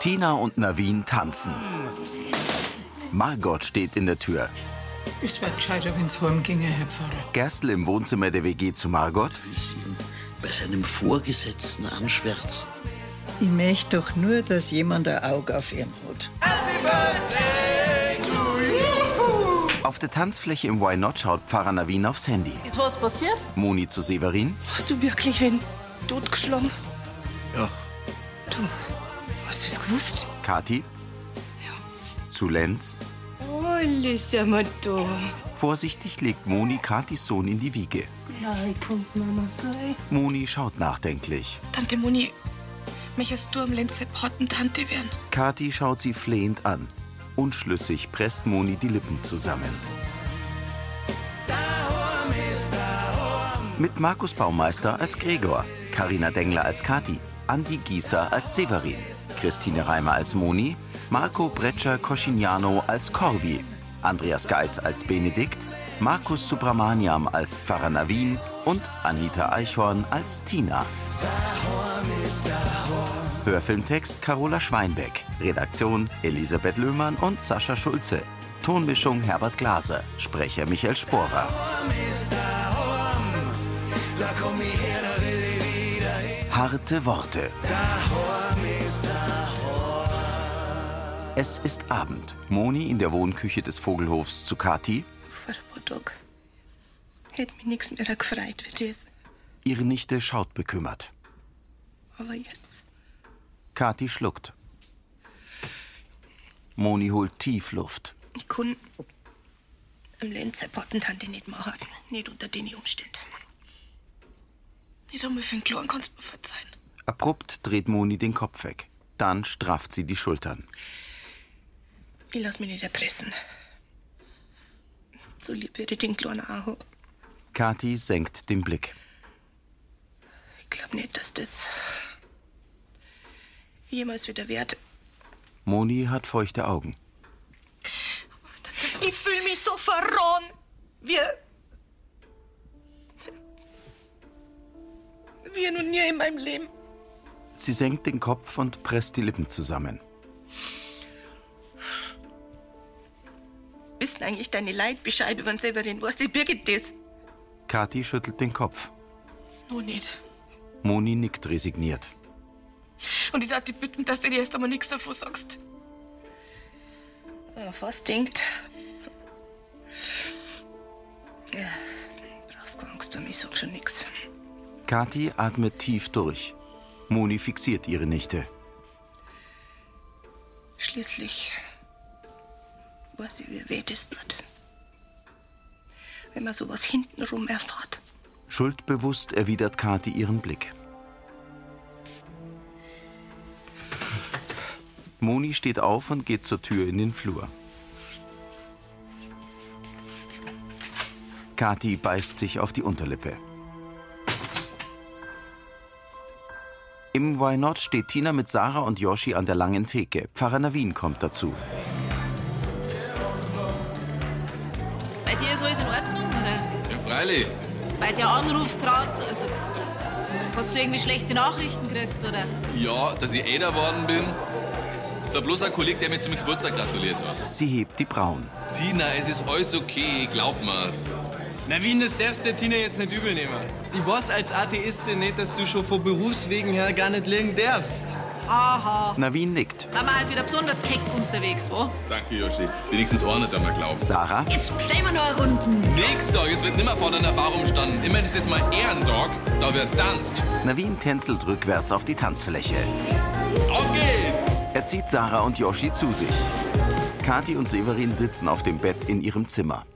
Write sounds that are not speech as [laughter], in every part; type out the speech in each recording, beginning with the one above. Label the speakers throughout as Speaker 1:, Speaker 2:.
Speaker 1: Tina und Navin tanzen. Margot steht in der Tür.
Speaker 2: Das wäre gescheiter, wenn's heimginge, Herr Pfarrer.
Speaker 1: Gerstl im Wohnzimmer der WG zu Margot.
Speaker 3: Bei seinem Vorgesetzten anschwärzen.
Speaker 2: Ich möchte doch nur, dass jemand ein Auge auf ihn hat.
Speaker 1: Auf der Tanzfläche im Why Not schaut Pfarrer Navin aufs Handy.
Speaker 4: Ist was passiert?
Speaker 1: Moni zu Severin.
Speaker 5: Hast du wirklich wen totgeschlagen?
Speaker 3: Ja.
Speaker 5: Du, hast du es gewusst?
Speaker 1: Kati. Zu Lenz.
Speaker 5: Oh, ist ja mal da.
Speaker 1: Vorsichtig legt Moni Katis Sohn in die Wiege.
Speaker 5: Nein, kommt Mama gleich.
Speaker 1: Moni schaut nachdenklich.
Speaker 6: Tante Moni, möchtest du am Lenz Tante werden?
Speaker 1: Kati schaut sie flehend an. Unschlüssig presst Moni die Lippen zusammen. Mit Markus Baumeister als Gregor, Karina Dengler als Kati, Andi Gießer als Severin, Christine Reimer als Moni, Marco Breccia Coscignano als Corby, Andreas Geis als Benedikt, Markus Subramaniam als Pfarrer Navin und Anita Eichhorn als Tina. Hörfilmtext Carola Schweinbeck. Redaktion Elisabeth Löhmann und Sascha Schulze. Tonmischung Herbert Glaser. Sprecher Michael Sporer. Harte Worte. Es ist Abend. Moni in der Wohnküche des Vogelhofs zu Kati.
Speaker 5: Vor ein paar Tagen hätte mich nichts mehr gefreut für das.
Speaker 1: Ihre Nichte schaut bekümmert.
Speaker 5: Aber jetzt.
Speaker 1: Kati schluckt. Moni holt tief Luft.
Speaker 5: Ich kann am Lenz eine Tante nicht machen. Nicht unter den Umständen.
Speaker 6: Nicht einmal für einen Klon kannst du mir verzeihen.
Speaker 1: Abrupt dreht Moni den Kopf weg. Dann strafft sie die Schultern.
Speaker 5: Ich lass mich nicht erpressen. So lieb würde ich den Kleinen auch haben.
Speaker 1: Kati senkt den Blick.
Speaker 5: Ich glaube nicht, dass das jemals wieder wird.
Speaker 1: Moni hat feuchte Augen.
Speaker 5: Ich fühle mich so verroren. Wir. Wir nun nie in meinem Leben.
Speaker 1: Sie senkt den Kopf und presst die Lippen zusammen.
Speaker 5: Wissen eigentlich deine Leid Bescheid über den Severin? Was die Birgit das?
Speaker 1: Kati schüttelt den Kopf.
Speaker 6: Nur nicht.
Speaker 1: Moni nickt resigniert.
Speaker 6: Und ich darf dich bitten, dass du dir erst einmal nichts davon sagst.
Speaker 5: Wenn man oh, fast denkt. Ja, brauchst keine Angst haben, ich sag schon nichts.
Speaker 1: Kati atmet tief durch. Moni fixiert ihre Nichte.
Speaker 5: Schließlich weiß ich, wie weh das tut. Wenn man sowas hintenrum erfährt.
Speaker 1: Schuldbewusst erwidert Kati ihren Blick. Moni steht auf und geht zur Tür in den Flur. Kati beißt sich auf die Unterlippe. Im Why Not steht Tina mit Sarah und Yoshi an der langen Theke. Pfarrer Navin kommt dazu.
Speaker 4: Bei dir ist alles in Ordnung, oder?
Speaker 7: Ja, freilich.
Speaker 4: Bei der Anruf gerade, also, hast du irgendwie schlechte Nachrichten gekriegt, oder?
Speaker 7: Ja, dass ich Äder worden bin. Es war bloß ein Kollege, der mir zum Geburtstag gratuliert hat.
Speaker 1: Sie hebt die Brauen.
Speaker 7: Tina, es ist alles okay, glaub mir's.
Speaker 8: Na Wien, das darfst du Tina jetzt nicht übel nehmen. Ich weiß als Atheistin nicht, dass du schon von Berufswegen her gar nicht liegen darfst.
Speaker 4: Aha.
Speaker 1: Navin nickt.
Speaker 4: Sind wir halt wieder besonders keck unterwegs, wo?
Speaker 7: Danke, Yoshi. Wenigstens einer, der mir glaubt.
Speaker 1: Sarah,
Speaker 4: Jetzt stellen wir noch eine Runden.
Speaker 7: Nix, Dog, jetzt wird nimmer vor deiner Bar umstanden. Immerhin ist es mal Ehrendog, da wird tanzt.
Speaker 1: Navin tänzelt rückwärts auf die Tanzfläche.
Speaker 7: Auf geht's!
Speaker 1: Er zieht Sarah und Yoshi zu sich. Kati und Severin sitzen auf dem Bett in ihrem Zimmer.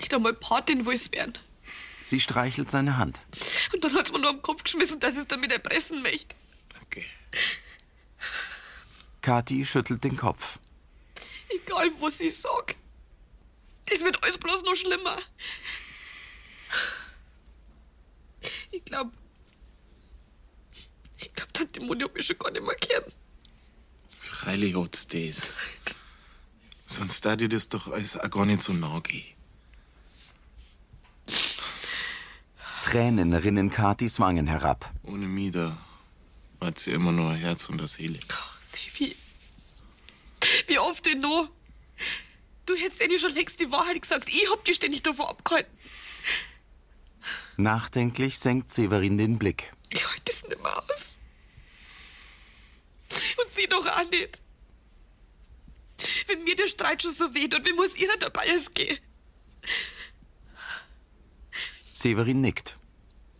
Speaker 6: Nicht einmal Patin will es werden.
Speaker 1: Sie streichelt seine Hand.
Speaker 6: Und dann hat's mir nur am Kopf geschmissen, dass ich es damit erpressen möchte.
Speaker 7: Okay.
Speaker 1: Kati schüttelt den Kopf.
Speaker 6: Egal, was ich sag. Es wird alles bloß noch schlimmer. Ich glaub. Ich glaub, Tante Moni hat mich schon gar nicht mehr gern.
Speaker 7: Freilich hat's das. Sonst da dir das doch alles auch gar nicht so nah gehen.
Speaker 1: Tränen rinnen Katis Wangen herab.
Speaker 7: Ohne mich da Hat sie immer nur ein Herz und eine Seele.
Speaker 6: Sevi, wie oft denn noch? Du hättest dir schon längst die Wahrheit gesagt. Ich hab dich ständig davon abgehalten.
Speaker 1: Nachdenklich senkt Severin den Blick.
Speaker 6: Ich halte das nicht mehr aus. Und sie doch auch nicht. Wenn mir der Streit schon so weht und wie muss ihrer dabei es gehen?
Speaker 1: Severin nickt.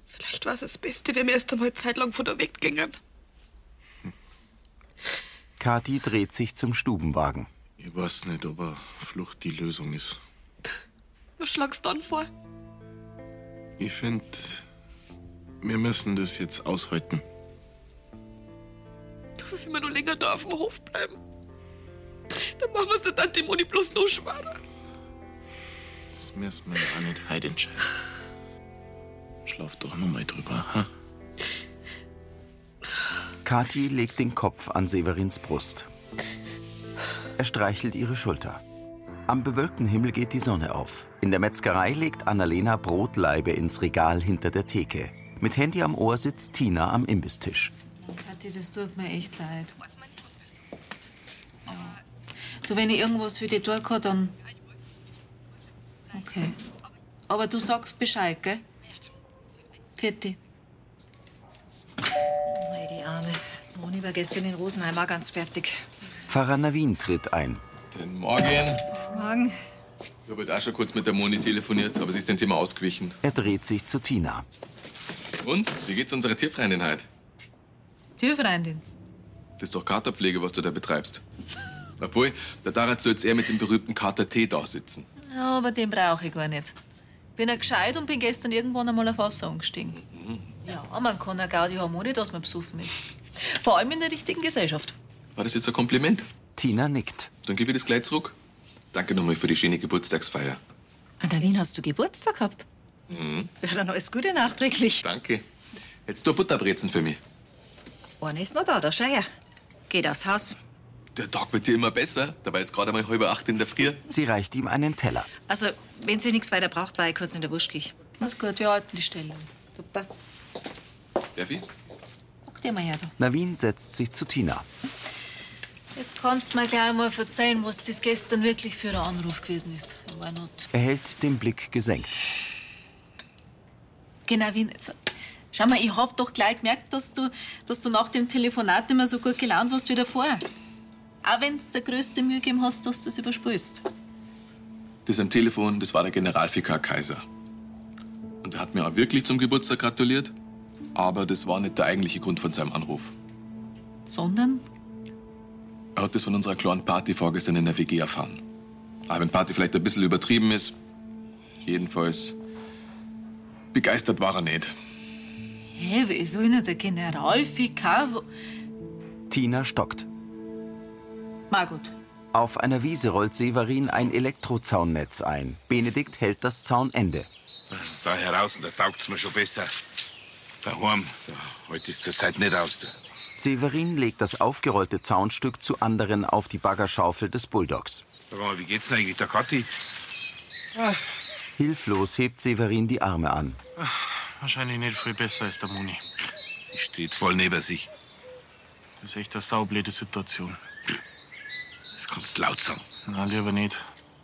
Speaker 6: Vielleicht war es das Beste, wenn wir erst einmal zeitlang von der Weg gingen.
Speaker 1: Kathi dreht sich zum Stubenwagen.
Speaker 7: Ich weiß nicht, ob eine Flucht die Lösung ist.
Speaker 6: Was schlagst du dann vor?
Speaker 7: Ich finde, wir müssen das jetzt aushalten.
Speaker 6: Wenn wir nur länger da auf dem Hof bleiben, dann machen wir es der Tante Moni bloß noch schwerer.
Speaker 7: Das müssen wir ja auch nicht heute entscheiden. Schlaf doch nur mal drüber, ha?
Speaker 1: Kathi legt den Kopf an Severins Brust. Er streichelt ihre Schulter. Am bewölkten Himmel geht die Sonne auf. In der Metzgerei legt Annalena Brotlaibe ins Regal hinter der Theke. Mit Handy am Ohr sitzt Tina am Imbistisch.
Speaker 4: Kathi, das tut mir echt leid. Ja. Du, wenn ich irgendwas für dich tun kann, dann. Okay. Aber du sagst Bescheid, gell? Vierte.
Speaker 9: Oh, Mei, die Arme. Moni war gestern in Rosenheim auch ganz fertig.
Speaker 1: Pfarrer Navin tritt ein.
Speaker 10: Guten Morgen.
Speaker 9: Morgen.
Speaker 10: Ich
Speaker 7: halt
Speaker 10: habe heute auch schon kurz mit der Moni telefoniert, aber sie ist dem Thema ausgewichen.
Speaker 1: Er dreht sich zu Tina.
Speaker 10: Und, wie geht's unserer Tierfreundin heute?
Speaker 4: Türfreundin.
Speaker 10: Das ist doch Katerpflege, was du da betreibst. [laughs] Obwohl, der Darat soll jetzt eher mit dem berühmten Kater Tee da sitzen.
Speaker 4: Ja, aber den brauche ich gar nicht. Bin ja gescheit und bin gestern irgendwann einmal auf Wasser angestiegen. Ja, man kann ja Gaudi haben, ohne dass man besoffen ist. Vor allem in der richtigen Gesellschaft.
Speaker 10: War das jetzt ein Kompliment?
Speaker 1: Tina nickt.
Speaker 10: Dann gebe ich das gleich zurück. Danke nochmal für die schöne Geburtstagsfeier.
Speaker 9: An der Wien hast du Geburtstag gehabt.
Speaker 10: Mhm.
Speaker 9: Ja, dann alles Gute nachträglich.
Speaker 10: Danke. Jetzt du Butterbrezen für mich.
Speaker 9: Eine ist noch da, da schau her. Geh das Haus.
Speaker 10: Der Tag wird dir immer besser. Dabei ist gerade mal halb acht in der Früh.
Speaker 1: Sie reicht ihm einen Teller.
Speaker 9: Also, wenn sie nichts weiter braucht, war ich kurz in der Wurstküche.
Speaker 4: Alles gut, wir halten die Stellung. Super.
Speaker 10: Darf ich?
Speaker 4: Guck dir mal her da.
Speaker 1: Navin setzt sich zu Tina.
Speaker 4: Jetzt kannst du mir gleich mal erzählen, was das gestern wirklich für ein Anruf gewesen ist. Ich War not.
Speaker 1: Er hält den Blick gesenkt.
Speaker 4: Genau, Wien. Jetzt. Schau mal, ich hab doch gleich gemerkt, dass du, dass du nach dem Telefonat nicht mehr so gut gelaunt warst wie davor. Auch wenn du der größte Mühe gegeben hast, dass du es überspülst.
Speaker 10: Das am Telefon, das war der Generalvikar Kaiser. Und er hat mir auch wirklich zum Geburtstag gratuliert. Aber das war nicht der eigentliche Grund von seinem Anruf.
Speaker 4: Sondern?
Speaker 10: Er hat das von unserer kleinen Party vorgestern in der WG erfahren. Aber wenn Party vielleicht ein bisschen übertrieben ist, jedenfalls begeistert war er nicht.
Speaker 4: Hä, wieso nicht der Generalvikar? Wo-
Speaker 1: Tina stockt.
Speaker 4: Margot,
Speaker 1: Auf einer Wiese rollt Severin ein Elektrozaunnetz ein. Benedikt hält das Zaunende.
Speaker 11: Da heraus, da taugt's mir schon besser. Daheim, da heute ist zurzeit nicht aus. Da.
Speaker 1: Severin legt das aufgerollte Zaunstück zu anderen auf die Baggerschaufel des Bulldogs.
Speaker 11: Sag mal, wie geht's denn eigentlich der Kathi?
Speaker 1: Hilflos hebt Severin die Arme an.
Speaker 7: Wahrscheinlich nicht viel besser als der Moni.
Speaker 11: Die steht voll neben sich.
Speaker 7: Das ist echt eine saublöde Situation.
Speaker 11: Das kannst du laut sagen.
Speaker 7: Na, lieber nicht.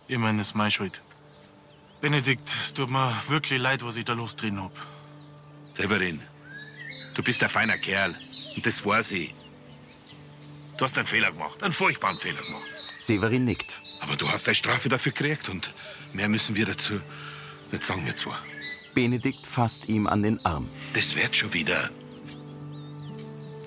Speaker 7: Ich meine, es ist meine Schuld. Benedikt, es tut mir wirklich leid, was ich da losdrehen hab.
Speaker 11: Severin, du bist ein feiner Kerl. Und das weiß ich. Du hast einen Fehler gemacht, einen furchtbaren Fehler gemacht.
Speaker 1: Severin nickt.
Speaker 11: Aber du hast deine Strafe dafür gekriegt und mehr müssen wir dazu nicht sagen, wir zwar.
Speaker 1: Benedikt fasst ihm an den Arm.
Speaker 11: Das wird schon wieder.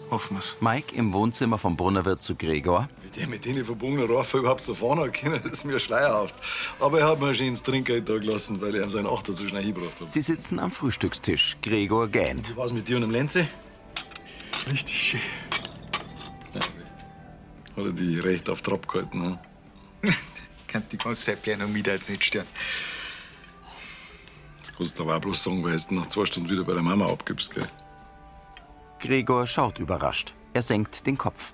Speaker 7: Hoffen wir's.
Speaker 1: Mike im Wohnzimmer vom Brunnerwirt zu Gregor.
Speaker 12: Wie der mit den verbogenen Raffen überhaupt so fahren [laughs] hat können, ist mir schleierhaft. Aber er hat mir ein schönes Trinkgeld da gelassen, weil ich ihm seinen Achter so schnell hingebracht habe.
Speaker 1: Sie sitzen am Frühstückstisch. Gregor gähnt.
Speaker 12: Wie war's mit dir und dem Lenze?
Speaker 7: Richtig schön.
Speaker 12: Hat er die recht auf Trab gehalten,
Speaker 13: [laughs]
Speaker 12: ne?
Speaker 13: Könnte die ganze Zeit gerne um mich da jetzt nicht stören.
Speaker 12: Das kannst du aber auch bloß sagen, weil du nach zwei Stunden wieder bei der Mama abgibst, gell?
Speaker 1: Gregor schaut überrascht. Er senkt den Kopf.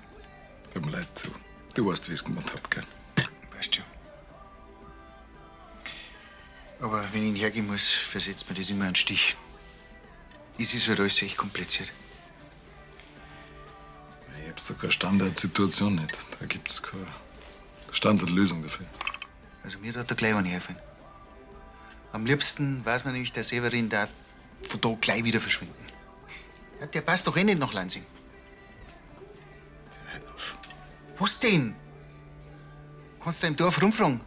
Speaker 12: Tut mir leid, du. Du weißt, wie ich's gemacht hab, gell?
Speaker 13: Aber wenn ich ihn hergehen muss, versetzt mir das immer einen Stich. Das ist halt alles echt kompliziert.
Speaker 12: gibt es da keine Standardsituation nicht. Da gibt es keine Standardlösung dafür.
Speaker 14: Also mir hat da gleich eine helfen. Am liebsten weiß man nämlich, der Severin da von da gleich wieder verschwinden. Ja, der passt doch eh nicht nach Lansing. Was denn? Kannst du im Dorf rumfragen?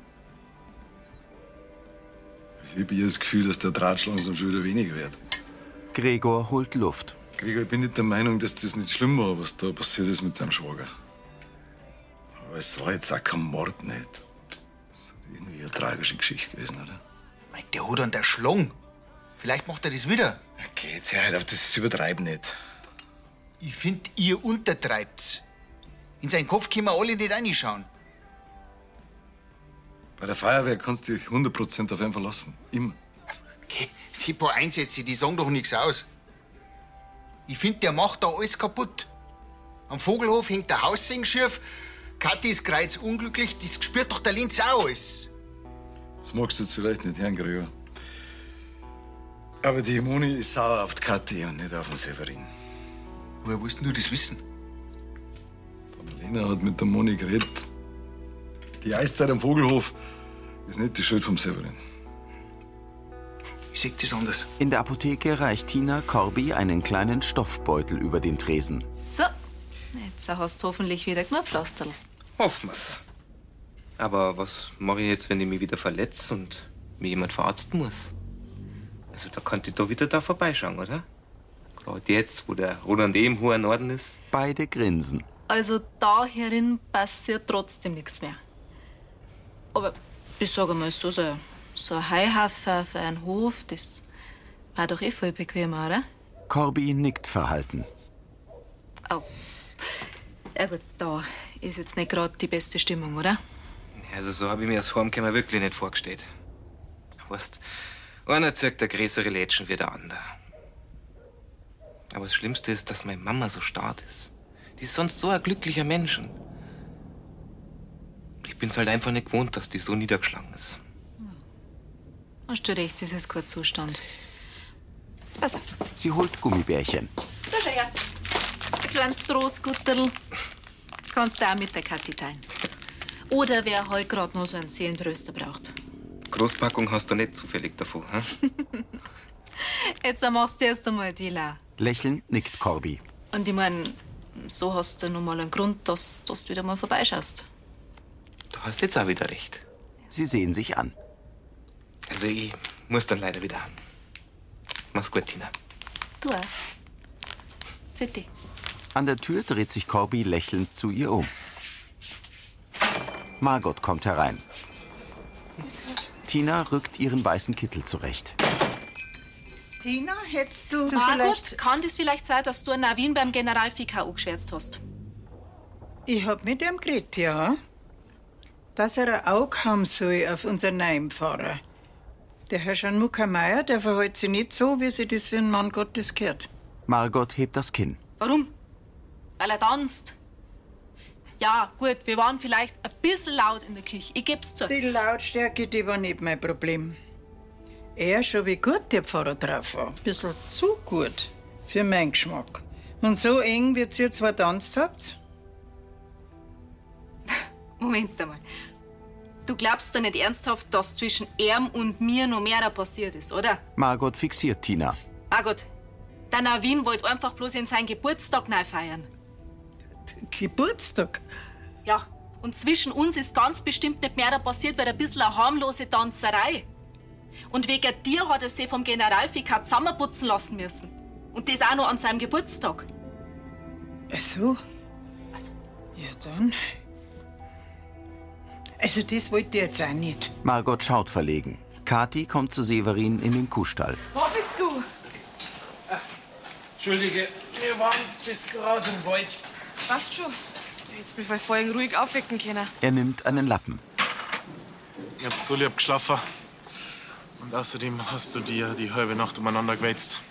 Speaker 12: Also ich habe eher das Gefühl, dass der Draht langsam schon wieder weniger wird.
Speaker 1: Gregor holt Luft.
Speaker 12: Gregor, ich bin nicht der Meinung, dass das nicht schlimm war, was da passiert ist mit seinem Schwager. Aber es war jetzt auch kein Mord nicht. Das ist irgendwie eine tragische Geschichte gewesen, oder?
Speaker 14: Mein, der hat einen erschlungen. Vielleicht macht er das wieder.
Speaker 12: Geht's ja halt auf das Übertreiben nicht.
Speaker 14: Ich find, ihr untertreibt's. In seinen Kopf können wir alle nicht reinschauen.
Speaker 12: Bei der Feuerwehr kannst du dich 100% auf ihn verlassen. Immer.
Speaker 14: Die paar Einsätze, die sagen doch nichts aus. Ich find, der macht da alles kaputt. Am Vogelhof hängt der Haussing schief. Kathi ist kreuz unglücklich, das spürt doch der Linz auch alles.
Speaker 12: Das magst du jetzt vielleicht nicht hören, Gregor. Aber die Moni ist sauer auf die Kathi und nicht auf den Severin.
Speaker 14: Woher willst du das wissen?
Speaker 12: Lena hat mit der Moni geredet. Die Eiszeit am Vogelhof ist nicht die Schuld vom Severin.
Speaker 14: Ich seh das anders.
Speaker 1: In der Apotheke reicht Tina Corby einen kleinen Stoffbeutel über den Tresen.
Speaker 4: So, jetzt hast du hoffentlich wieder genug Pflasterl.
Speaker 15: Hoffen wir's. Aber was mache ich jetzt, wenn ich mich wieder verletze und mir jemand verarzten muss? Also da könnte ich doch wieder da vorbeischauen, oder? Gerade jetzt, wo der Roland eh im hohen Norden ist.
Speaker 1: Beide grinsen.
Speaker 4: Also da herin passiert trotzdem nichts mehr. Aber ich sage mal so, so, so ein Heuhaufen für einen Hof, das war doch eh voll bequemer, oder?
Speaker 1: Corby nickt verhalten.
Speaker 4: Oh. Ja gut, da ist jetzt nicht gerade die beste Stimmung, oder?
Speaker 15: Also so habe ich mir das Heimkommen wirklich nicht vorgestellt. Weißt, einer zirkt der größere Lädchen wie der andere. Aber das Schlimmste ist, dass meine Mama so stark ist. Die ist sonst so ein glücklicher Mensch. Und Ich bin's halt einfach nicht gewohnt, dass die so niedergeschlagen ist.
Speaker 4: Hast du recht, das ist kein Zustand. Jetzt pass auf.
Speaker 1: Sie holt Gummibärchen.
Speaker 4: Da schau her. Ein kleines Trostgutterl. Das kannst du auch mit der Kathi teilen. Oder wer heute gerade noch so einen Seelentröster braucht.
Speaker 15: Großpackung hast du nicht zufällig hm? davon, hä?
Speaker 4: Jetzt machst du erst einmal die La.
Speaker 1: Lächelnd nickt Corby.
Speaker 4: Und ich mein, so hast du nun mal einen Grund, dass, dass du wieder mal vorbeischaust.
Speaker 15: Du hast jetzt auch wieder recht.
Speaker 1: Sie sehen sich an.
Speaker 15: Also ich muss dann leider wieder. Mach's gut, Tina.
Speaker 4: Du auch. Für dich.
Speaker 1: An der Tür dreht sich Corby lächelnd zu ihr um. Margot kommt herein. Tina rückt ihren weißen Kittel zurecht.
Speaker 4: Tina, hättest du.
Speaker 5: du
Speaker 4: Margot,
Speaker 5: vielleicht-
Speaker 4: kann das vielleicht sein, dass du einen Navin beim General Fikau geschwärzt hast?
Speaker 2: Ich hab mit ihm geredet, ja. Dass er ein Auge haben soll auf unseren neuen Pfarrer. Der Herr Schanmucker Meier, der verhält sich nicht so, wie sich das für einen Mann Gottes gehört.
Speaker 1: Margot hebt das Kinn.
Speaker 4: Warum? Weil er tanzt. Ja, gut, wir waren vielleicht ein bisschen laut in der Küche. Ich geb's zu.
Speaker 2: Die Lautstärke, die war nicht mein Problem. Er schon wie gut der Pfarrer drauf war. Ein bisschen zu gut für meinen Geschmack. Und so eng, wie ihr zwar tanzt habt.
Speaker 4: Moment einmal. Du glaubst doch nicht ernsthaft, dass zwischen ihm und mir noch mehr passiert ist, oder?
Speaker 1: Margot fixiert Tina.
Speaker 4: Margot, Ah, der Navin wollte einfach bloß in seinen Geburtstag neu feiern.
Speaker 2: Geburtstag?
Speaker 4: Ja, und zwischen uns ist ganz bestimmt nicht mehr passiert, weil ein bisschen eine harmlose Tanzerei. Und wegen dir hat er sie vom Generalvikar zusammenputzen lassen müssen. Und das auch noch an seinem Geburtstag.
Speaker 2: Ach so.
Speaker 16: Also.
Speaker 2: Ja, dann. Also, das wollt ihr jetzt auch nicht.
Speaker 1: Margot schaut verlegen. Kathi kommt zu Severin in den Kuhstall.
Speaker 16: Wo bist du?
Speaker 8: Entschuldige, wir waren bis gerade im Wald.
Speaker 16: Passt schon. Jetzt mich bei vorhin ruhig aufwecken können.
Speaker 1: Er nimmt einen Lappen.
Speaker 7: Ich hab so lieb geschlafen. Und außerdem hast du dir die halbe Nacht umeinander gewälzt.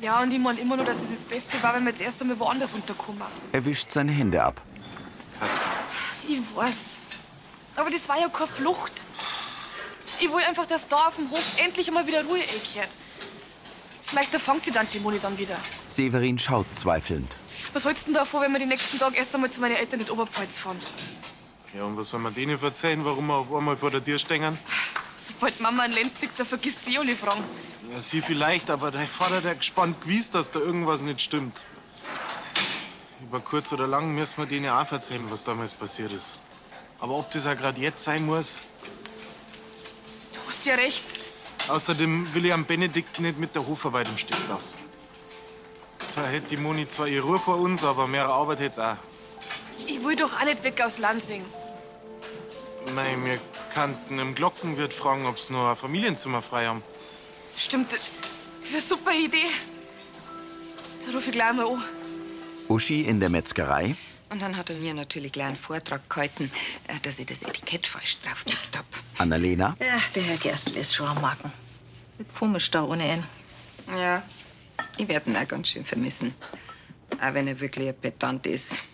Speaker 16: Ja, und ich meine immer nur, dass es das Beste war, wenn wir jetzt erst einmal woanders unterkommen.
Speaker 1: Er wischt seine Hände ab.
Speaker 16: Ich weiß. Aber das war ja keine Flucht. Ich will einfach, dass da auf dem Hof endlich einmal wieder Ruhe einkehrt. Vielleicht erfangt sie dann die Moni dann wieder.
Speaker 1: Severin schaut zweifelnd.
Speaker 16: Was hältst du denn davon, wenn wir den nächsten Tag erst einmal zu meinen Eltern in die Oberpfalz fahren?
Speaker 7: Ja, und was soll man denen erzählen, warum wir auf einmal vor der Tür stehen?
Speaker 16: Sobald Mama einen Lenz sieht, da vergisst sie alle Fragen.
Speaker 7: Ja, sie vielleicht, aber dein Vater, der gespannt gewiss, dass da irgendwas nicht stimmt. Über kurz oder lang müssen wir denen auch erzählen, was damals passiert ist. Aber ob das ja gerade jetzt sein muss.
Speaker 16: Du hast ja recht.
Speaker 7: Außerdem will ich am Benedikt nicht mit der Hofarbeit im Stich lassen. Da hätte die Moni zwar ihre Ruhe vor uns, aber mehr Arbeit hätt's auch.
Speaker 16: Ich will doch auch nicht weg aus Lansing.
Speaker 7: Mei, wir kannten im Glockenwirt fragen, ob's noch ein Familienzimmer frei haben.
Speaker 16: Stimmt, das ist eine super Idee. Da rufe ich gleich mal an.
Speaker 1: Uschi in der Metzgerei,
Speaker 17: Und dann hat er mir natürlich gleich einen Vortrag gehalten, äh, dass ich das Etikett falsch draufgekriegt habe.
Speaker 1: Annalena,
Speaker 17: Ja, der Herr Gerstl ist schon am Magen.
Speaker 9: Komisch da ohne ihn.
Speaker 17: Ja, ich werde ihn auch ganz schön vermissen. Auch wenn er wirklich ein Petant ist. [laughs]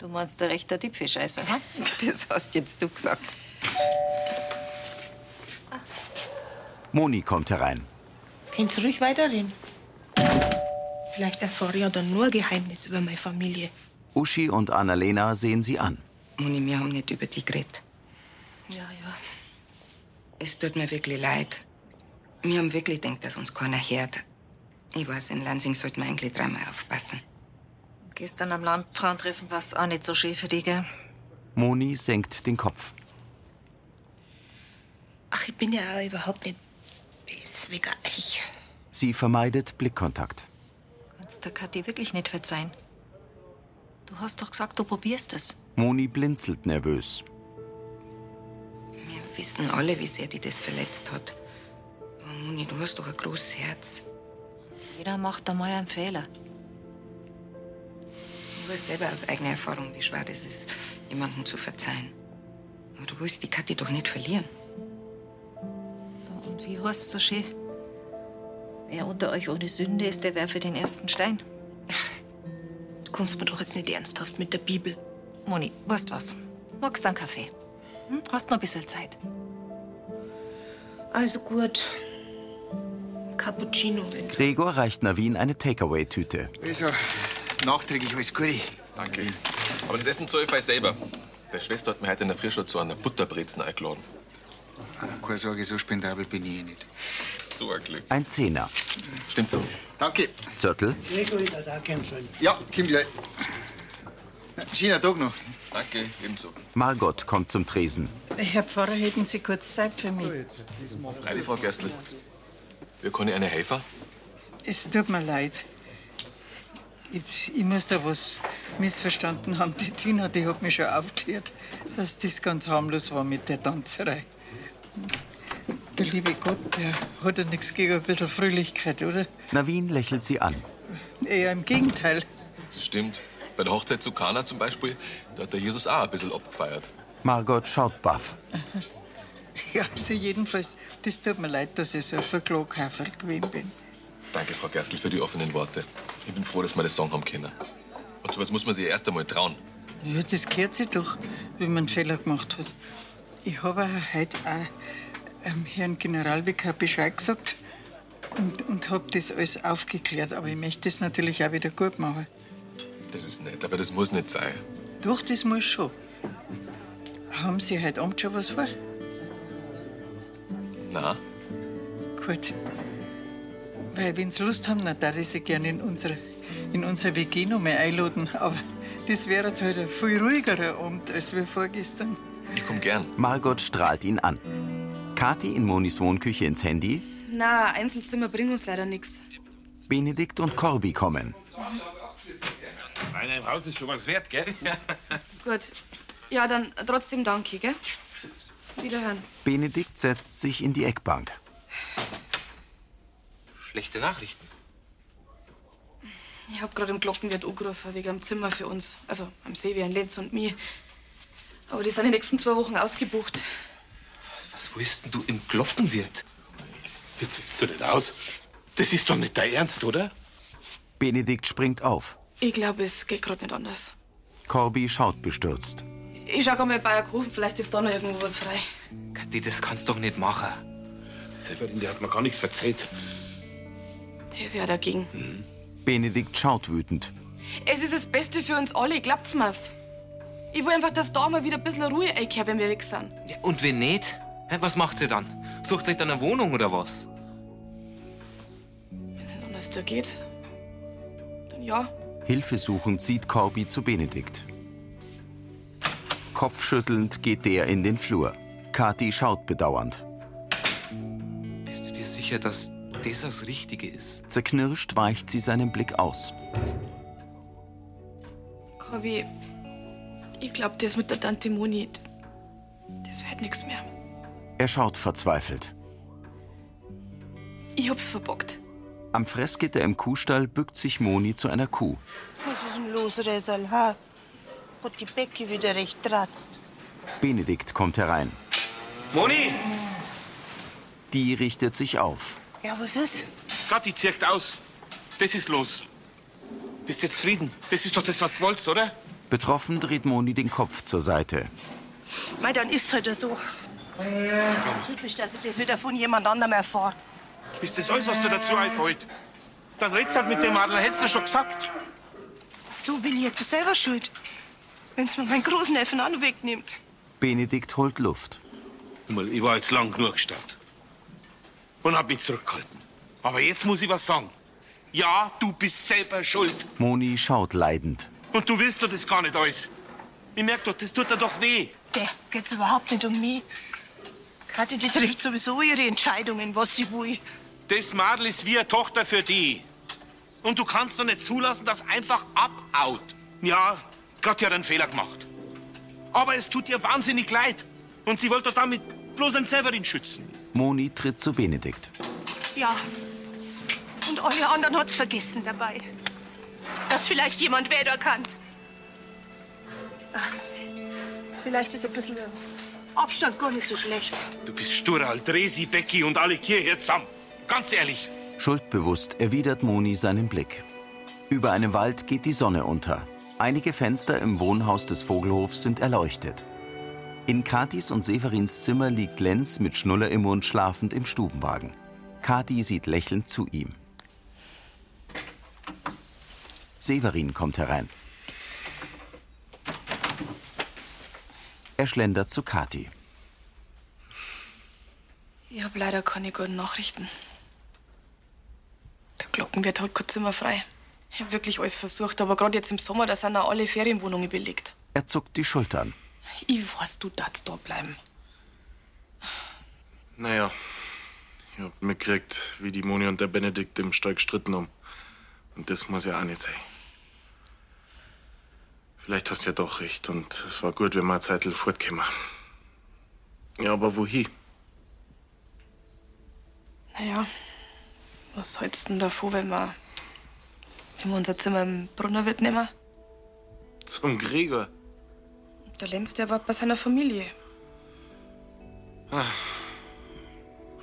Speaker 9: Du meinst der rechte Tippfischeißer, ha?
Speaker 17: Das hast jetzt du gesagt.
Speaker 1: Moni kommt herein.
Speaker 5: Könnt ihr ruhig weiterreden. Vielleicht erfahre ich ja dann nur ein Geheimnis über meine Familie.
Speaker 1: Uschi und Annalena sehen sie an.
Speaker 17: Moni, wir haben nicht über die geredet.
Speaker 5: Ja, ja.
Speaker 17: Es tut mir wirklich leid. Wir haben wirklich gedacht, dass uns keiner hört. Ich weiß, in Lansing sollte man eigentlich dreimal aufpassen.
Speaker 9: Gestern am Landfrauentreffen war es auch nicht so schön für dich, gell?
Speaker 1: Moni senkt den Kopf.
Speaker 5: Ach, ich bin ja auch überhaupt nicht böse wegen euch.
Speaker 1: Sie vermeidet Blickkontakt.
Speaker 9: Kannst der Kathi wirklich nicht verzeihen? Du hast doch gesagt, du probierst es.
Speaker 1: Moni blinzelt nervös.
Speaker 17: Wir wissen alle, wie sehr die das verletzt hat. Aber Moni, du hast doch ein großes Herz.
Speaker 9: Jeder macht einmal einen Fehler.
Speaker 17: Du weißt selber aus eigener Erfahrung, wie schwer das ist, jemandem zu verzeihen. Aber du willst die Kathi doch nicht verlieren.
Speaker 9: Und wie heißt es so schön? Wer unter euch ohne Sünde ist, der werfe den ersten Stein.
Speaker 5: Du kommst mir doch jetzt nicht ernsthaft mit der Bibel.
Speaker 9: Moni, weißt was? Magst du einen Kaffee? Hm? Hast noch ein bisschen Zeit?
Speaker 5: Also gut. Cappuccino, wenn
Speaker 1: Gregor reicht Navin eine Takeaway-Tüte.
Speaker 13: Also, nachträglich alles Gute.
Speaker 10: Danke. Aber das Essen zahle ich euch selber. Der Schwester hat mir heute in der Frische zu einer Butterbrezen eingeladen.
Speaker 13: Ah, Keine Sorge, so spendabel bin ich eh nicht.
Speaker 10: So ein Glück.
Speaker 1: Ein Zehner.
Speaker 10: Stimmt so.
Speaker 13: Danke.
Speaker 1: Zürtel,
Speaker 13: Gregor, ich da kämpfen. Ja, komm gleich. Schönen Tag noch.
Speaker 10: Danke, ebenso.
Speaker 1: Margot kommt zum Tresen.
Speaker 2: Herr Pfarrer, hätten Sie kurz Zeit für mich?
Speaker 10: Freilich, Frau Gerstl. Wir können eine helfen?
Speaker 2: Es tut mir leid. Ich, ich muss da was missverstanden haben. Die Tina, die hat mich schon aufgeklärt, dass das ganz harmlos war mit der Tanzerei. Der liebe Gott, der hat ja nichts gegen ein bisschen Fröhlichkeit, oder?
Speaker 1: Navin lächelt sie an.
Speaker 2: Eher im Gegenteil.
Speaker 10: Das stimmt. Bei der Hochzeit zu Kana zum Beispiel, da hat der Jesus auch ein bisschen abgefeiert.
Speaker 1: Margot schaut baff.
Speaker 2: [laughs] Ja, also jedenfalls, das tut mir leid, dass ich so ein Verklaghafer gewesen bin.
Speaker 10: Danke, Frau Gerstl, für die offenen Worte. Ich bin froh, dass wir das Song haben können. Und sowas muss man sich erst einmal trauen.
Speaker 2: Ja, das gehört sich doch, wenn man einen Fehler gemacht hat. Ich habe auch heute auch ähm, Herrn Generalvikar Bescheid gesagt und, und habe das alles aufgeklärt. Aber ich möchte das natürlich auch wieder gut machen.
Speaker 10: Das ist nett, aber das muss nicht sein.
Speaker 2: Doch, das muss schon. Haben Sie heute Abend schon was vor?
Speaker 10: Na,
Speaker 2: Gut. Weil, wenn Sie Lust haben, dann darf ich Sie gerne in unsere, in unsere WG noch mal einladen. Aber das wäre jetzt heute ein viel ruhigerer Abend als wir vorgestern.
Speaker 10: ich komm gern.
Speaker 1: Margot strahlt ihn an. Kathi in Monis Wohnküche ins Handy.
Speaker 16: Na, Einzelzimmer bringen uns leider nichts.
Speaker 1: Benedikt und Corby kommen.
Speaker 11: Einer im Haus ist schon was wert, gell?
Speaker 16: Gut. Ja, dann trotzdem danke, gell? Wiederhören.
Speaker 1: Benedikt setzt sich in die Eckbank.
Speaker 15: Schlechte Nachrichten.
Speaker 16: Ich hab gerade im Glockenwirt angerufen, wegen am Zimmer für uns. Also am Sevian, Lenz und mir. Aber die sind die nächsten zwei Wochen ausgebucht.
Speaker 15: Was willst denn du im Glockenwirt?
Speaker 11: Jetzt willst du nicht aus. Das ist doch nicht dein Ernst, oder?
Speaker 1: Benedikt springt auf.
Speaker 16: Ich glaube, es geht gerade nicht anders.
Speaker 1: Corby schaut bestürzt.
Speaker 16: Ich schau grad mal bei Bayerkofen, vielleicht ist da noch irgendwo was frei.
Speaker 15: Kathi, das kannst du doch nicht machen.
Speaker 11: Severin, der hat mir gar nichts verzählt.
Speaker 16: Der ist ja dagegen.
Speaker 1: Benedikt schaut wütend.
Speaker 16: Es ist das Beste für uns alle, glaubt's mir's. Ich will einfach, dass da mal wieder ein bisschen Ruhe einkehrt, wenn wir weg sind.
Speaker 15: Und wenn nicht, hä, was macht sie dann? Sucht sich dann eine Wohnung oder was?
Speaker 16: Wenn es anders da geht, dann ja.
Speaker 1: Hilfesuchend sieht Corby zu Benedikt. Kopfschüttelnd geht der in den Flur. Kathi schaut bedauernd.
Speaker 15: Bist du dir sicher, dass das das Richtige ist?
Speaker 1: Zerknirscht weicht sie seinem Blick aus.
Speaker 16: Corby, ich glaub, das mit der Tante Moni, das wird nichts mehr.
Speaker 1: Er schaut verzweifelt.
Speaker 16: Ich hab's verbockt.
Speaker 1: Am Fressgitter im Kuhstall bückt sich Moni zu einer Kuh.
Speaker 18: Was ist denn los, Resal? Ha? Hat die Becke wieder recht tratzt.
Speaker 1: Benedikt kommt herein.
Speaker 11: Moni!
Speaker 1: Die richtet sich auf.
Speaker 18: Ja, was ist?
Speaker 11: Kathi zirkt aus. Das ist los. Bist du jetzt zufrieden? Das ist doch das, was du wolltest, oder?
Speaker 1: Betroffen dreht Moni den Kopf zur Seite.
Speaker 18: Mei, dann ist halt so. Typisch, dass ich das wieder von jemand anderem erfahre.
Speaker 11: Ist das alles, was dir dazu einfällt? Dann redst halt mit dem Adler, hättest du schon gesagt.
Speaker 18: So bin ich jetzt selber schuld. Wenn's mir meinen Großneffen auch noch wegnimmt.
Speaker 1: Benedikt holt Luft.
Speaker 11: Guck mal, Ich war jetzt lang genug gestarrt. Und hab mich zurückgehalten. Aber jetzt muss ich was sagen. Ja, du bist selber schuld.
Speaker 1: Moni schaut leidend.
Speaker 11: Und du willst doch das gar nicht alles. Ich merk doch, das tut dir doch weh.
Speaker 18: Der geht's überhaupt nicht um mich. Kathi, die trifft sowieso ihre Entscheidungen, was sie will.
Speaker 11: Das Madel ist wie eine Tochter für die. Und du kannst doch nicht zulassen, dass einfach abhaut. Ja, Gott hat einen Fehler gemacht. Aber es tut ihr wahnsinnig leid. Und sie wollte doch damit bloß einen Severin schützen.
Speaker 1: Moni tritt zu Benedikt.
Speaker 18: Ja. Und alle anderen hat's vergessen dabei. Dass vielleicht jemand wer erkannt. Ach, vielleicht ist ein bisschen Abstand gar nicht so schlecht.
Speaker 11: Du bist Stural, Dresi, Becky und alle hierher zusammen. Ganz ehrlich.
Speaker 1: Schuldbewusst erwidert Moni seinen Blick. Über einem Wald geht die Sonne unter. Einige Fenster im Wohnhaus des Vogelhofs sind erleuchtet. In Katis und Severins Zimmer liegt Lenz mit Schnuller im Mund schlafend im Stubenwagen. Kati sieht lächelnd zu ihm. Severin kommt herein. Er schlendert zu Kati.
Speaker 16: Ich hab leider keine guten Nachrichten. Der Glockenwirt hat kein Zimmer frei. Ich hab wirklich alles versucht, aber gerade jetzt im Sommer, da sind auch alle Ferienwohnungen belegt.
Speaker 1: Er zuckt die Schultern.
Speaker 16: Ich weiß, du darfst da bleiben.
Speaker 7: Naja, ich hab mitgekriegt, wie die Moni und der Benedikt im Stall gestritten haben. Und das muss ja auch nicht sein. Vielleicht hast du ja doch recht und es war gut, wenn wir eine Zeit fortkommen. Ja, aber wohin?
Speaker 16: Naja, was sollst denn davor, wenn wir, wenn wir unser Zimmer im Brunnerwirt nehmen?
Speaker 7: Zum Gregor.
Speaker 16: Der Lenz, der war bei seiner Familie.
Speaker 7: Ah,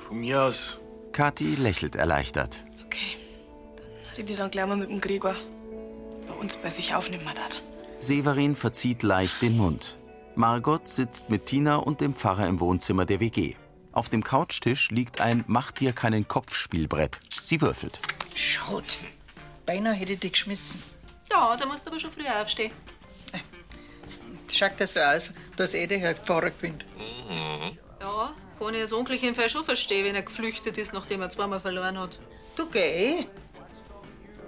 Speaker 7: Von mir aus.
Speaker 1: Kathi lächelt erleichtert.
Speaker 16: Red ich dann gleich mal mit dem Gregor. Bei uns bei sich aufnehmen hat.
Speaker 1: Severin verzieht leicht den Mund. Margot sitzt mit Tina und dem Pfarrer im Wohnzimmer der WG. Auf dem Couchtisch liegt ein Mach dir keinen Kopf Spielbrett. Sie würfelt.
Speaker 2: Schaut. Beinahe hätte ich dich geschmissen.
Speaker 4: Ja, da musst du aber schon früher aufstehen.
Speaker 2: Schaut das so aus, dass ich daher gefahren bin.
Speaker 4: Ja, kann ich das Onkel im Fall schon verstehen, wenn er geflüchtet ist, nachdem er zweimal verloren hat.
Speaker 2: Du geh.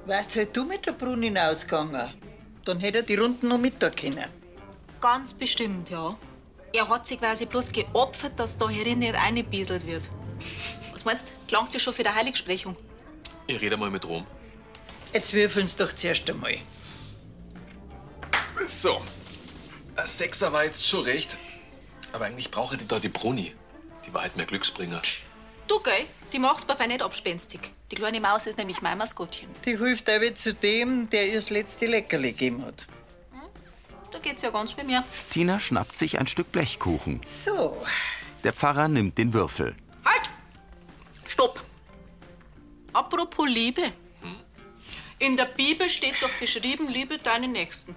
Speaker 2: Weißt halt du mit der Brunn hinausgegangen? Dann hätte er die Runden noch mittag können.
Speaker 4: Ganz bestimmt, ja. Er hat sich quasi bloß geopfert, dass da herin nicht eingebieselt wird. Was meinst du, klangt dir schon für die Heiligsprechung?
Speaker 10: Ich rede mal mit Rom.
Speaker 2: Jetzt würfeln's doch zuerst einmal.
Speaker 10: So. Ein Sechser war jetzt schon recht. Aber eigentlich brauche ich da die Broni. Die war halt mehr Glücksbringer.
Speaker 4: Du, gell, die machst bei nicht abspenstig. Die kleine Maus ist nämlich mein Maskottchen.
Speaker 2: Die hilft aber zu dem, der ihr das letzte Leckerli gegeben hat.
Speaker 4: Hm? Da geht's ja ganz bei mir.
Speaker 1: Tina schnappt sich ein Stück Blechkuchen.
Speaker 4: Oh.
Speaker 2: So.
Speaker 1: Der Pfarrer nimmt den Würfel.
Speaker 4: Halt! Stopp! Apropos Liebe. In der Bibel steht doch geschrieben, liebe deinen Nächsten.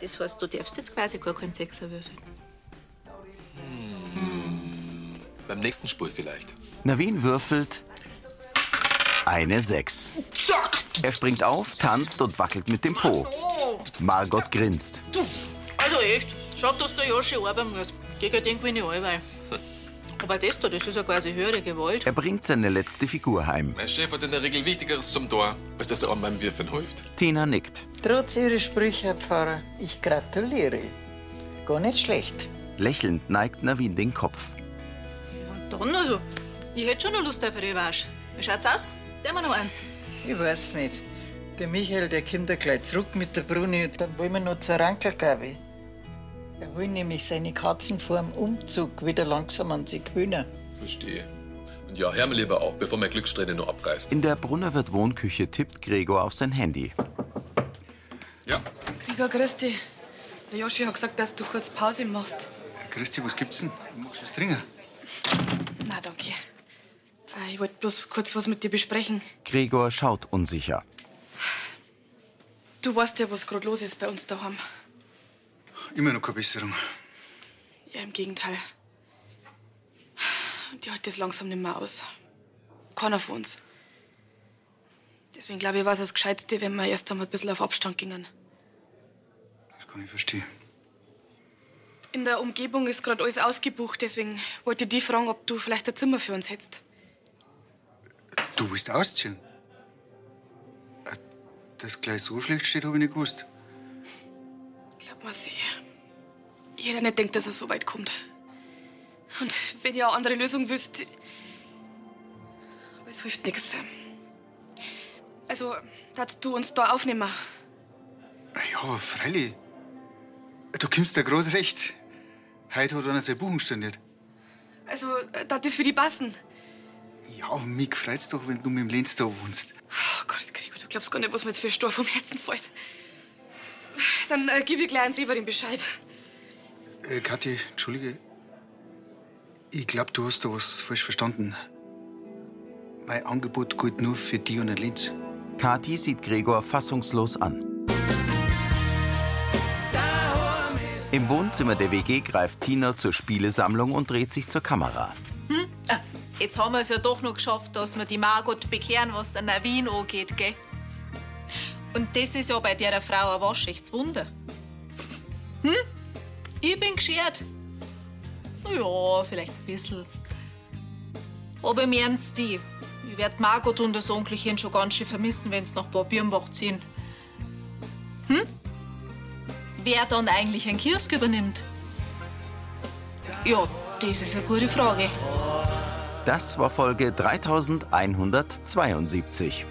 Speaker 4: Das heißt, du darfst jetzt quasi gar keinen Sechser würfeln.
Speaker 10: Beim nächsten Spul vielleicht.
Speaker 1: Navin würfelt eine Sechs.
Speaker 4: Zack!
Speaker 1: Er springt auf, tanzt und wackelt mit dem Po.
Speaker 6: Oh,
Speaker 1: Margot grinst.
Speaker 6: du. Also echt, schade, dass der Joschi arbeiten muss. Gegen
Speaker 4: halt
Speaker 6: den gewinne ich allweil. Aber das da, das ist ja quasi höhere Gewalt.
Speaker 1: Er bringt seine letzte Figur heim.
Speaker 10: Mein Chef hat in der Regel Wichtigeres zum Tor, als dass er einem beim Wirfen hilft.
Speaker 1: Tina nickt.
Speaker 2: Trotz Ihrer Sprüche, Herr Pfarrer, ich gratuliere. Gar nicht schlecht.
Speaker 1: Lächelnd neigt Navin den Kopf.
Speaker 6: Dann also, ich hätte schon noch Lust auf eine Revanche. Wie schaut's aus? Der wir noch eins.
Speaker 2: Ich weiß nicht. Der Michael, der kommt ja gleich zurück mit der Bruni und dann wollen wir noch zur Rankelgabe. Er will nämlich seine Katzen vor dem Umzug wieder langsam an sich gewöhnen.
Speaker 10: Verstehe. Und ja, hör mir lieber auf, bevor mein Glückssträhne nur abreißt.
Speaker 1: In der Brunnerwirt Wohnküche tippt Gregor auf sein Handy.
Speaker 16: Gregor, grüß dich. Der Joschi hat gesagt, dass du kurz Pause machst.
Speaker 14: Christi, was gibt's denn? Magst du was trinken?
Speaker 16: Na, danke. Äh, Ich wollte bloß kurz was mit dir besprechen.
Speaker 1: Gregor schaut unsicher.
Speaker 16: Du weißt ja, was gerade los ist bei uns daheim.
Speaker 14: Immer noch keine Besserung.
Speaker 16: Ja, im Gegenteil. Die hält das langsam nicht mehr aus. Keiner von uns. Deswegen glaube ich, war es das Gescheitste, wenn wir erst einmal ein bisschen auf Abstand gingen.
Speaker 14: Das kann ich verstehen.
Speaker 16: In der Umgebung ist gerade alles ausgebucht, deswegen wollte ich dich fragen, ob du vielleicht ein Zimmer für uns hättest.
Speaker 14: Du willst ausziehen? Äh, Dass gleich so schlecht steht, habe ich nicht gewusst.
Speaker 16: Glaub mal, sie. Ich hätte nicht gedacht, dass es so weit kommt. Und wenn ihr eine andere Lösung wüsst. Aber es hilft nichts. Also, darfst du uns da aufnehmen?
Speaker 14: Na Ja, aber Frelli, du kommst da gerade recht. Heute hat einer seine Buchung storniert.
Speaker 16: Also, darf das für die passen?
Speaker 14: Ja, aber mich freut's doch, wenn du mit dem Lenz da wohnst.
Speaker 16: Du glaubst gar nicht, was mir jetzt für ein Stor vom Herzen fällt. Dann äh, gib ich gleich an Severin Bescheid.
Speaker 14: Äh, Kathi, entschuldige. Ich glaube, du hast da was falsch verstanden. Mein Angebot gilt nur für dich und den Lenz.
Speaker 1: Kathi sieht Gregor fassungslos an. Im Wohnzimmer der WG greift Tina zur Spielesammlung und dreht sich zur Kamera.
Speaker 4: Ah, jetzt haben wir es ja doch noch geschafft, dass wir die Margot bekehren, was der Navin angeht, gell? Und das ist ja bei der Frau ein waschechtes Wunder. Hm? Ich bin geschert. Ja, vielleicht ein bisschen. Aber im Ernst, die. Ich werd Margot und das Onkelchen schon ganz schön vermissen, wenn's nach Bad Birnbach ziehen. Hm? Wer dann eigentlich einen Kiosk übernimmt? Ja, das ist eine gute Frage.
Speaker 1: Das war Folge 3172.